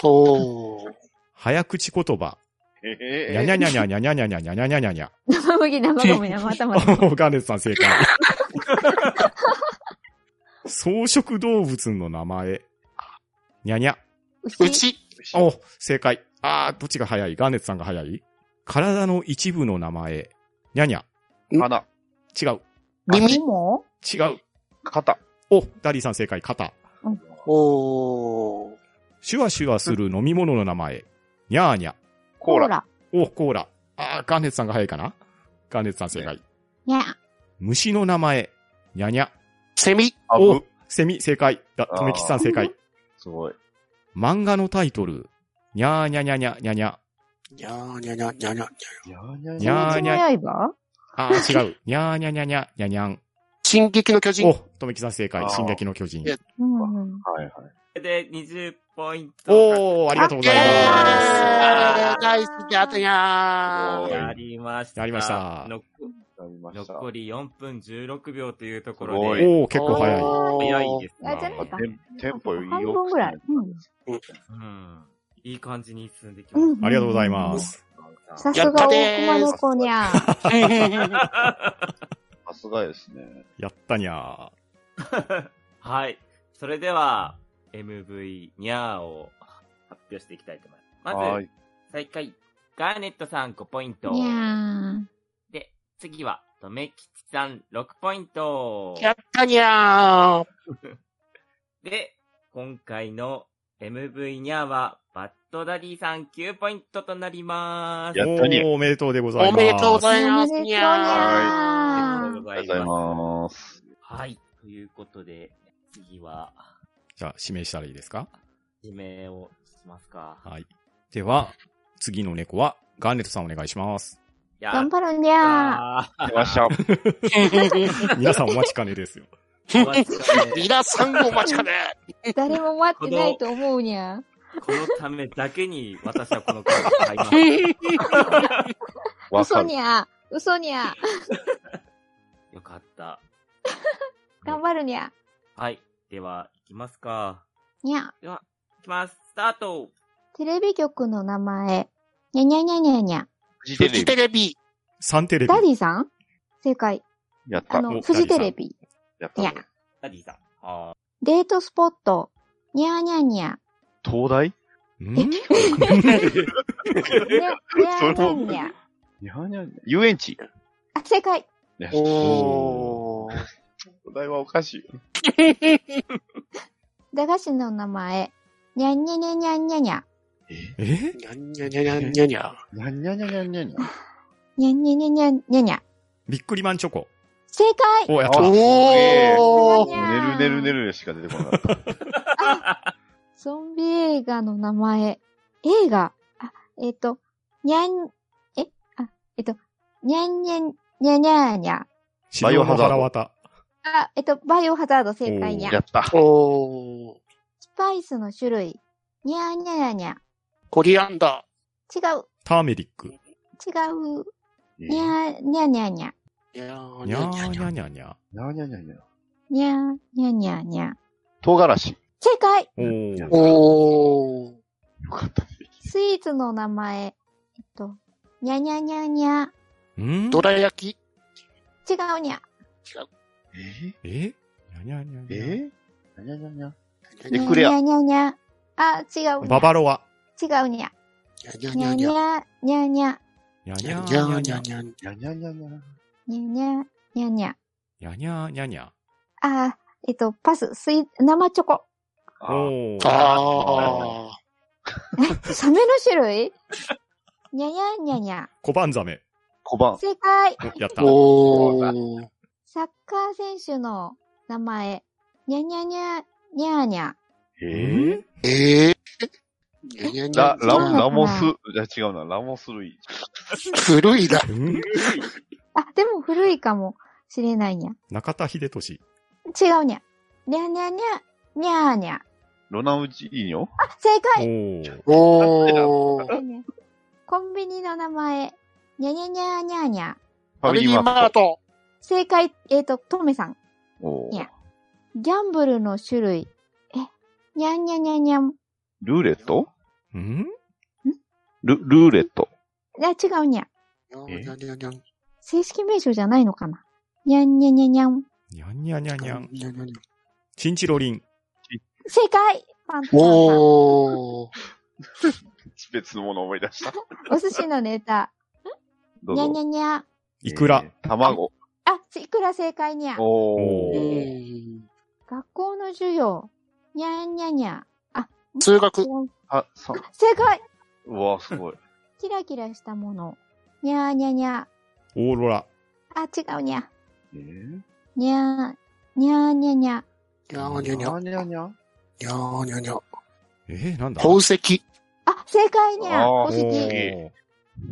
Speaker 4: おー。
Speaker 3: 早口言葉。
Speaker 5: え
Speaker 3: にゃにゃにゃにゃにゃにゃにゃにゃにゃにゃにゃにゃにゃ。
Speaker 2: 生麦、生
Speaker 3: *laughs*
Speaker 2: 米、生
Speaker 3: お
Speaker 2: 卵。
Speaker 3: ガーネットさん正解。草食動物の名前。にゃにゃ。
Speaker 4: う
Speaker 5: *laughs*
Speaker 2: 牛。
Speaker 4: ち。
Speaker 3: お、正解。あー、どっちが早いガーネットさんが早い体の一部の名前。にゃにゃ。
Speaker 5: 鼻。
Speaker 3: 違う。
Speaker 4: 耳。
Speaker 2: も
Speaker 3: 違う。
Speaker 5: 肩。
Speaker 3: お、ダリーさん正解。肩。
Speaker 4: おー。
Speaker 3: シュワシュワする飲み物の名前。にゃーにゃ。
Speaker 5: コーラ。
Speaker 2: ラ。
Speaker 3: お、コーラ。あー、ガーネットさんが早いかなガーネットさん正解。
Speaker 2: にゃ。
Speaker 3: 虫の名前。にゃにゃ。
Speaker 4: セミ。
Speaker 5: あ
Speaker 3: お
Speaker 5: ぶ、
Speaker 3: セミ正解。だ、
Speaker 5: あー
Speaker 3: とめきちさん正解。
Speaker 5: すごい。
Speaker 3: 漫画のタイトル。にゃーにゃにゃにゃにゃにゃ。
Speaker 4: にゃーにゃにゃにゃにゃ。
Speaker 5: にゃーにゃ
Speaker 3: にゃーにゃ
Speaker 2: 鬼滅の刃
Speaker 3: あー、違う。にゃーにゃにゃにゃにゃにゃん。
Speaker 4: 進撃の巨人。
Speaker 3: お、とめきさん正解
Speaker 5: あ。ー
Speaker 3: 進撃の巨人
Speaker 4: い。や
Speaker 2: うんうん。
Speaker 5: はいはい。
Speaker 1: これで20ポイント
Speaker 3: おー、ありがとうご
Speaker 4: イェー
Speaker 3: ざいま
Speaker 4: イナイスギャートニャ
Speaker 5: お
Speaker 4: ー
Speaker 5: ー
Speaker 1: やりました。
Speaker 3: やりました
Speaker 1: の
Speaker 5: なりました。
Speaker 1: 残り4分16秒というとこ
Speaker 5: す
Speaker 1: ろ
Speaker 5: ご
Speaker 3: す。
Speaker 1: で、
Speaker 3: おー、結構早い。
Speaker 1: 早いです
Speaker 2: あ、
Speaker 1: ね
Speaker 2: じゃないか。
Speaker 5: テンテンポより
Speaker 2: 半分ぐらい。うん。
Speaker 1: うん。いい感じに進んできま
Speaker 2: う
Speaker 1: し
Speaker 2: ん
Speaker 3: ありがとうございます。
Speaker 1: た。
Speaker 2: さすが大熊の子にゃ。
Speaker 4: *laughs*
Speaker 5: さすがですね。
Speaker 3: やったにゃ
Speaker 1: はい。それでは、MV にゃーを発表していきたいと思います。ま
Speaker 5: は
Speaker 1: ず
Speaker 5: い、。
Speaker 1: 最下位、ガーネットさん5ポイント。
Speaker 2: にゃ
Speaker 1: で、次は、とめきちさん6ポイント。
Speaker 4: やったにゃー
Speaker 1: で、今回の MV にゃーは、バッドダディさん9ポイントとなりまーす。
Speaker 5: やったね
Speaker 3: おーおめでとうでござい
Speaker 4: お
Speaker 3: ます。
Speaker 4: めでとうございます。
Speaker 2: おめでとうに
Speaker 4: に
Speaker 2: ゃ
Speaker 1: あり
Speaker 2: ー
Speaker 1: がとうご
Speaker 5: あ
Speaker 1: ざ
Speaker 5: り
Speaker 1: い
Speaker 5: がとう
Speaker 1: ます。
Speaker 5: ございます。
Speaker 1: はい。ということで、次は、
Speaker 3: じゃあ、指名したらいいですか
Speaker 1: 指名をしますか。
Speaker 3: はい。では、次の猫は、ガンネットさんお願いします。
Speaker 1: や
Speaker 2: 頑張るんじゃ
Speaker 1: あー。
Speaker 5: 出ました。
Speaker 3: 皆さんお待ちかねですよ。
Speaker 1: 終わっちゃうね
Speaker 4: 皆さんお待ちかね。
Speaker 2: ー。誰も待ってないと思うにゃー。
Speaker 1: このためだけに私はこの回を買い
Speaker 4: *laughs*
Speaker 1: ました。
Speaker 5: わ
Speaker 2: 嘘
Speaker 5: かる。
Speaker 2: にゃー。嘘にゃー。
Speaker 1: よかった。
Speaker 2: 頑張るにゃ
Speaker 1: はい。では、いきますか。
Speaker 2: ー。にゃー。
Speaker 1: いきます。スタート
Speaker 2: テレビ局の名前。にゃにゃにゃにゃにゃ。
Speaker 5: フジ
Speaker 4: フ
Speaker 5: テ
Speaker 4: ジ
Speaker 5: レ
Speaker 4: テ
Speaker 5: ビ。
Speaker 4: レビ。
Speaker 3: サンテレビ
Speaker 2: ダ。ディさん正解。
Speaker 5: やっ
Speaker 2: あ
Speaker 5: た。や
Speaker 2: の、
Speaker 3: お
Speaker 2: フジテレビ。
Speaker 5: った
Speaker 2: いや。
Speaker 1: ダディさん。あー
Speaker 2: デートスポット。にゃーにゃーに
Speaker 3: *laughs*
Speaker 2: ゃ。
Speaker 5: 東大
Speaker 3: ん
Speaker 2: にゃにゃーにゃーにゃ。
Speaker 5: いやいや遊園地。
Speaker 2: あ、正解。
Speaker 5: いや
Speaker 4: おー。
Speaker 5: 東大はおかしいよ。
Speaker 2: 駄菓子の名前。にゃんにゃにゃにゃにゃにゃ。
Speaker 5: え
Speaker 3: え
Speaker 4: にゃんにゃにゃにゃにゃにゃ。
Speaker 5: にゃんにゃにゃにゃにゃにゃ。
Speaker 2: にゃんにゃにゃにゃにゃにゃ。
Speaker 3: びっくりマンチョコ。
Speaker 2: 正解
Speaker 3: お、やっ
Speaker 5: あ
Speaker 3: た。
Speaker 5: お
Speaker 4: お
Speaker 2: ー
Speaker 4: ー。
Speaker 5: 寝る寝る寝るしか出てこなかった。
Speaker 2: ゾンビ映画の名前。映画。あ、えっ、と、にゃん、えあ、えっ、と、にゃんにゃん、にゃにゃーにゃ。
Speaker 3: 白の腹渡。
Speaker 2: あ、えっ、と、バイオハザード正解にゃ
Speaker 5: や。った。
Speaker 4: おー。
Speaker 2: スパイスの種類。にゃーにゃーにゃ
Speaker 4: コリアンダ
Speaker 2: 違う。
Speaker 3: ターメリック。
Speaker 2: 違う。
Speaker 5: え
Speaker 2: にゃーにゃーにゃーにゃ。
Speaker 4: ー。にゃー
Speaker 3: に
Speaker 4: に
Speaker 3: ゃ
Speaker 4: ゃ
Speaker 3: ー
Speaker 4: ー
Speaker 3: に
Speaker 4: に
Speaker 3: ゃ
Speaker 4: ゃに
Speaker 3: ー
Speaker 4: ゃ。
Speaker 3: にゃーにゃ
Speaker 5: にゃにゃにゃにゃ。
Speaker 2: にゃーにゃーにゃーにゃ。
Speaker 5: 唐辛子。
Speaker 2: 正解
Speaker 3: ー。おー。
Speaker 4: おー。
Speaker 5: よかった。
Speaker 2: スイーツの名前。えっと、にゃにゃにゃにゃ。
Speaker 3: ん
Speaker 4: どら焼き。
Speaker 2: 違うにゃ。
Speaker 5: え
Speaker 3: えにゃにゃにゃにゃ。
Speaker 5: えにゃにゃにゃにゃ。
Speaker 2: に
Speaker 5: え
Speaker 2: ゃ
Speaker 5: クレア
Speaker 2: にゃにゃにゃ。あ、違うに
Speaker 3: バ
Speaker 2: ゃ。
Speaker 3: バロア。
Speaker 2: 違うにゃ。
Speaker 4: にゃ
Speaker 2: に
Speaker 4: に
Speaker 2: ゃ
Speaker 4: ゃ
Speaker 2: に
Speaker 4: にゃ。
Speaker 2: ゃ、にゃにゃ。
Speaker 3: にゃ
Speaker 4: に
Speaker 3: に
Speaker 4: ゃ
Speaker 3: ゃ
Speaker 4: に
Speaker 3: に
Speaker 4: ゃに
Speaker 3: ゃ
Speaker 4: ゃ
Speaker 3: に
Speaker 4: に
Speaker 3: ゃ。
Speaker 4: ゃに
Speaker 5: にゃにゃにゃにゃ。
Speaker 2: にゃにゃ、にゃにゃ。
Speaker 3: にゃにゃにゃにゃ。
Speaker 2: あー、えっと、パス、スイ、生チョコ。
Speaker 5: あ
Speaker 3: お
Speaker 4: ゃ。
Speaker 3: ー。
Speaker 4: あー。
Speaker 2: サメの種類
Speaker 5: *laughs*
Speaker 2: にゃにゃにゃにゃ。
Speaker 3: 小判ザメ。
Speaker 5: 小判。
Speaker 2: 正解
Speaker 3: おやった。
Speaker 4: おー。
Speaker 2: サッカー選手の名前。にゃにゃにゃ、にゃーにゃ。
Speaker 5: え
Speaker 4: えー。にゃにゃにゃ
Speaker 5: ラ、ラ、
Speaker 2: そうなのかな
Speaker 5: ラモス、いや違うな、ラモス類。
Speaker 4: 古いな。
Speaker 3: ん
Speaker 2: あ、でも古いかもしれないにゃ。
Speaker 3: 中田秀俊。
Speaker 2: 違うにゃ。にゃにゃにゃ、にゃーにゃ。
Speaker 5: ロナウジーニョ
Speaker 2: あ、正
Speaker 3: お
Speaker 2: 解
Speaker 3: ー。
Speaker 4: おー。
Speaker 2: コンビニの名前。にゃにゃにゃにゃにゃ。
Speaker 5: ファミリーマート。
Speaker 4: ト。
Speaker 2: 正解、えっ、と、トメさん。
Speaker 5: お
Speaker 2: い
Speaker 5: ー
Speaker 2: やギャンブルの種類。え、にゃんにゃんにゃんにゃん。
Speaker 5: ルーレット
Speaker 3: ん
Speaker 5: ル、ルーレット。
Speaker 2: あ、違うにゃ。
Speaker 5: え
Speaker 4: にゃにゃにゃにゃ
Speaker 2: 正式名称じゃないのかな。にゃんにゃんにゃんにゃん。
Speaker 3: にゃにゃにゃにゃ。
Speaker 4: にゃにゃにゃ。
Speaker 3: チンチロリン。
Speaker 2: 正解パンタンさん
Speaker 4: おー。
Speaker 5: 別のものを思い出した。
Speaker 2: お寿司のネタ。
Speaker 5: どう
Speaker 2: にゃんに
Speaker 5: ぞ。
Speaker 2: ゃんにゃん。
Speaker 3: イクラ。
Speaker 5: えー。卵。
Speaker 2: あ、いくら正解にゃん。
Speaker 5: お
Speaker 4: う
Speaker 5: ー。
Speaker 4: ん
Speaker 2: 学校の授業。にゃんにゃんにゃん。あ、
Speaker 4: 通学。
Speaker 5: あ、さ、
Speaker 2: 正解
Speaker 5: うわすごい。
Speaker 2: キラキラしたもの。にゃーにゃにゃ。
Speaker 3: オーロラ。
Speaker 2: あ、違うにゃ。
Speaker 5: えー
Speaker 2: にゃー、にゃーにゃにゃ。
Speaker 4: にゃーにゃにゃ。
Speaker 5: にゃにゃ
Speaker 4: にゃーにゃにゃ。
Speaker 3: えー、なんだ
Speaker 4: 宝石。
Speaker 2: あ、正解にゃ。
Speaker 5: あー
Speaker 2: お
Speaker 3: お
Speaker 2: しき。
Speaker 3: ー。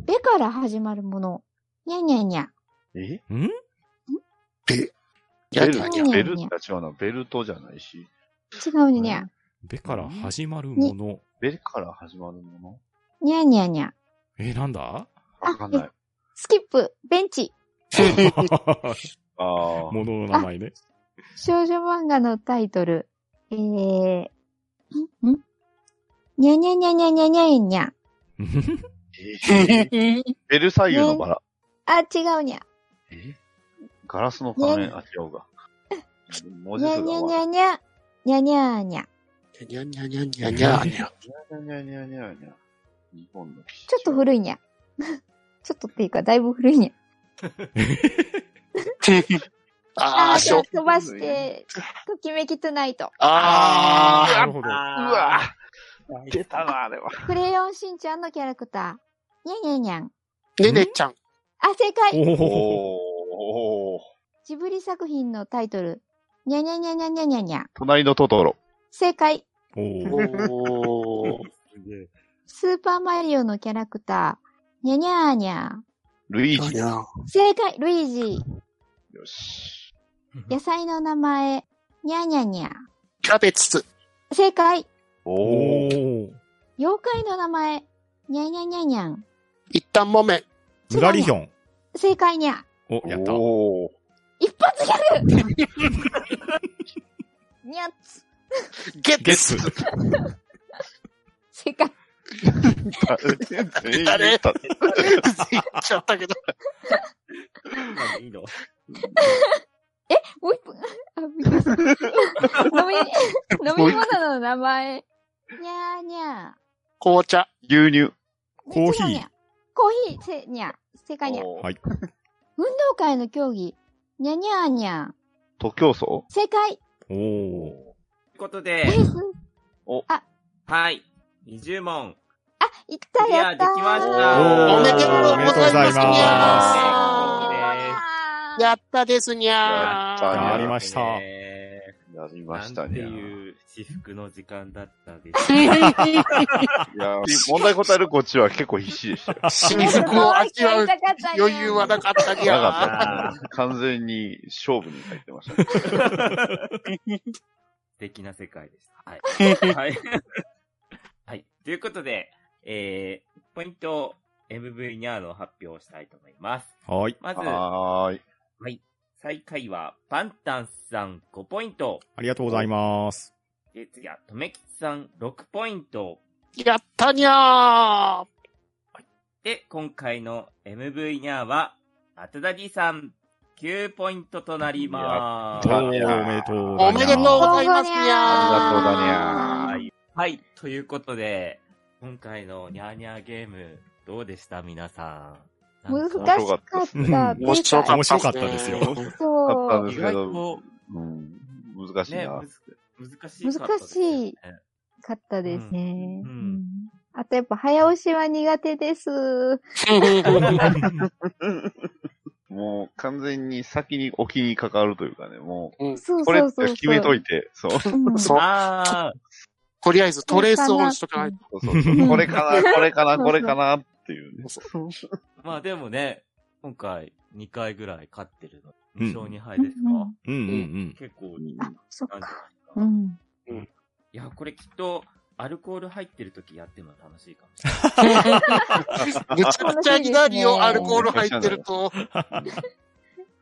Speaker 2: べから始まるもの。にゃにゃにゃ。
Speaker 5: え
Speaker 3: ん
Speaker 4: にゃに
Speaker 5: ベル
Speaker 4: ゃ
Speaker 5: ト
Speaker 4: にゃ。
Speaker 5: ベル、あ違うな、ベルトじゃないし、
Speaker 2: 違うにゃ。
Speaker 3: べから始まるもの。
Speaker 5: ベルから始まるも
Speaker 2: にゃにゃにゃ。
Speaker 3: えー、なん *laughs* だ
Speaker 5: のわかんない。
Speaker 2: スキップ、ベンチ。
Speaker 5: ああー、
Speaker 3: ものの名前ね。
Speaker 2: 少女漫画のタイトル。えー、んんにゃにゃにゃにゃにゃにゃにゃにゃ。
Speaker 5: えーベルサイユのバラ。
Speaker 2: あ、違うにゃ。
Speaker 5: えガラスの仮面、あ、違うが。文字
Speaker 2: にゃ
Speaker 5: 数
Speaker 2: に
Speaker 5: が
Speaker 2: ゃ
Speaker 5: 合
Speaker 2: に
Speaker 5: わない。
Speaker 2: ゃにゃ。にゃにゃにゃ。
Speaker 4: にゃにゃにゃにゃにゃにゃ。
Speaker 5: にゃにゃにゃにゃにゃ。日本の
Speaker 2: ちょっと古
Speaker 5: い。
Speaker 2: いにゃ。 *laughs* ちょっとっていうか、だいぶ古いにゃ。
Speaker 4: あー、しょ、
Speaker 2: 飛ばして、ときめきトゥナイト。
Speaker 4: あ
Speaker 3: なるほど。
Speaker 5: うわ出たな、あれは。
Speaker 2: クレヨンしんちゃんのキャラクター。にゃにゃにゃん。
Speaker 4: ねねちゃん。
Speaker 2: あ、正解
Speaker 3: *laughs* おお。
Speaker 5: おー。
Speaker 2: ジブリ作品のタイトル。にゃにゃにゃにゃにゃにゃにゃ。
Speaker 5: 隣のトトロ。
Speaker 2: 正解。
Speaker 3: おお。
Speaker 4: おー。
Speaker 2: スーパーマリオのキャラクター。にゃにゃーにゃ
Speaker 5: ルイー
Speaker 4: い
Speaker 5: ジ。
Speaker 4: や
Speaker 2: ー。正解、ルイージ。
Speaker 5: よし。
Speaker 2: 野菜の名前。にゃにゃにゃ。
Speaker 4: キャベツ。
Speaker 2: 正解。
Speaker 5: おー。
Speaker 2: 妖怪の名前。にゃにゃにゃにゃん。
Speaker 4: 一旦もめ。
Speaker 3: ブラリヒョン。
Speaker 2: 正解にゃ。
Speaker 3: お、やった。
Speaker 5: おー。
Speaker 2: 一発ギャルにゃっつ。
Speaker 4: ゲッ
Speaker 3: ゲ
Speaker 4: ツ。
Speaker 3: ス。
Speaker 2: 正解。
Speaker 5: 全員
Speaker 4: 誰
Speaker 5: 言った
Speaker 4: 言っちゃったけど。
Speaker 1: なんでいいの
Speaker 2: もう一本。あ、びっくりした。飲み、飲み物の名前。にゃーにゃ
Speaker 4: 紅茶。
Speaker 5: 牛乳。
Speaker 2: ー。
Speaker 3: コーヒー
Speaker 2: にゃ。コーヒー、せ、にゃ。正解にゃ。
Speaker 5: おー
Speaker 3: はい
Speaker 2: 運動会の競技。にゃにゃーにゃー。
Speaker 5: 徒競走
Speaker 2: 正解。
Speaker 3: おお。
Speaker 1: ということで
Speaker 2: レ、ース。
Speaker 1: はい。20問。
Speaker 2: あ、いった
Speaker 1: クリア
Speaker 2: や
Speaker 1: で
Speaker 2: ったー。
Speaker 1: きました
Speaker 3: お
Speaker 4: めでとうございますおめでとうございます
Speaker 2: や
Speaker 4: やったですに
Speaker 5: や
Speaker 4: ゃ
Speaker 5: った
Speaker 4: ー。
Speaker 3: やりました
Speaker 1: ね
Speaker 5: やりま
Speaker 1: な
Speaker 5: し
Speaker 1: ん
Speaker 5: た
Speaker 1: て
Speaker 5: ね。
Speaker 1: いう私服の時間だったん
Speaker 4: *laughs*
Speaker 1: です。
Speaker 5: いや、問題答えるこっちは結構必死でしたよ。
Speaker 4: 私
Speaker 2: ー
Speaker 4: 服を味わう余裕は
Speaker 2: だ。
Speaker 4: なかったに
Speaker 5: な
Speaker 4: ゃー。
Speaker 5: かった。完全に勝負に入ってましたね。
Speaker 1: *laughs* 素敵な世界でした。はい。 *laughs* はい。はい。ということで、えー、ポイントを MV にゃーの発表をしたいと思います。
Speaker 3: はい。
Speaker 1: まず、
Speaker 5: はーい。
Speaker 1: 最下位は、パンタンさん5ポイント。
Speaker 3: ありがとうございます。
Speaker 1: で、次は、とめきちさん6ポイント。
Speaker 4: やったにゃー。
Speaker 1: で、今回の MV にゃーは、あただじさん9ポイントとなりま
Speaker 3: お
Speaker 1: す。
Speaker 3: お、お
Speaker 5: いや
Speaker 3: めでとう
Speaker 4: おめでとうございますにゃ
Speaker 5: ありがとうだにゃー
Speaker 4: ー。
Speaker 1: はい。ということで、今回のニャーニャーゲーム、どうでした皆さん。なん
Speaker 2: 難
Speaker 1: か
Speaker 2: しかった。
Speaker 4: 面白かった。
Speaker 3: 面白かったですよ
Speaker 5: だったん
Speaker 2: そ
Speaker 5: で
Speaker 1: 意
Speaker 5: すけ
Speaker 1: 外
Speaker 5: ど、
Speaker 1: と、
Speaker 5: うん、難しい
Speaker 1: ね、
Speaker 5: な
Speaker 1: む。ず難しい、
Speaker 2: 難しい。かったですね
Speaker 1: うん。
Speaker 2: あとやっぱ早押しは苦手です。
Speaker 5: もう完全に先に置きにかかるというかね、も
Speaker 2: そう
Speaker 5: う、これ
Speaker 2: そ
Speaker 5: っ
Speaker 2: う
Speaker 5: て
Speaker 2: そう。
Speaker 5: 決めといて、そう。そう
Speaker 2: うん
Speaker 4: そう。
Speaker 1: あ
Speaker 4: *laughs* とりあえずトレースオンしとかない
Speaker 5: そうそうこれかな、これかな、これかなっていうね。
Speaker 4: と。 *laughs*
Speaker 1: あ、まあでもね、今回2回ぐらい勝ってるの。
Speaker 3: うん
Speaker 1: 2勝2敗ですか、
Speaker 2: うん
Speaker 3: うんうん
Speaker 1: 結構、
Speaker 2: あ、そっ
Speaker 1: なんじゃな
Speaker 2: か。
Speaker 1: いか
Speaker 2: う
Speaker 1: な。い
Speaker 2: ん。
Speaker 1: や、これきっと、アルコール入ってる時やっても楽しいかもし
Speaker 4: むちゃくちゃになるよ、アルコール入ってると。
Speaker 1: れない。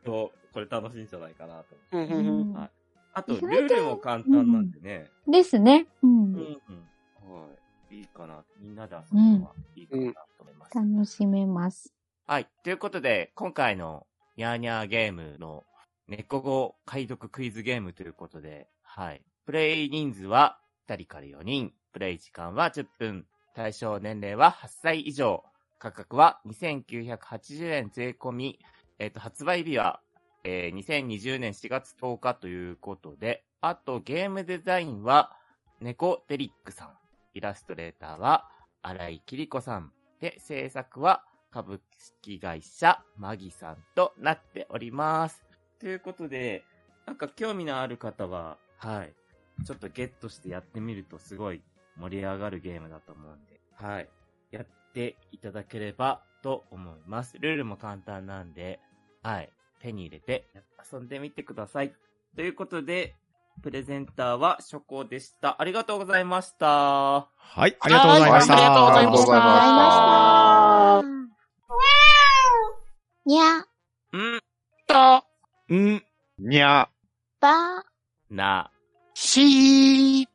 Speaker 1: そう、これ楽しいんじゃないかなと。
Speaker 4: うんうん
Speaker 2: *laughs*
Speaker 4: うん
Speaker 2: うん
Speaker 1: あと、ルールも簡単なんでね。
Speaker 2: ですね。うん
Speaker 1: うん。はい。いいかな。みんなで遊ぶのはいいかなと思います。
Speaker 2: 楽しめます。
Speaker 1: はい。ということで、今回のニャーニャーゲームの猫語解読クイズゲームということで、はい。プレイ人数は2人から4人、プレイ時間は10分、対象年齢は8歳以上、価格は2980円税込み、えっ、と、発売日は、えー2020年4月10日ということで、あとゲームデザインは、猫デリックさん、イラストレーターは、荒井きりこさん、で、制作は株式会社マギさんとなっております。ということで、なんか興味のある方は、はい。ちょっとゲットしてやってみるとすごい盛り上がるゲームだと思うんで、はい。やっていただければと思います。ルールも簡単なんで、はい。手に入れて遊んでみてください。ということで、プレゼンターは初行でした。ありがとうございました。
Speaker 3: はい、ありがとうございました。
Speaker 4: はいありがとうございました
Speaker 2: ありがとうございました。にゃ、
Speaker 1: ん
Speaker 4: と、
Speaker 3: うん。
Speaker 5: にゃ
Speaker 2: ば、
Speaker 1: な、
Speaker 4: しー。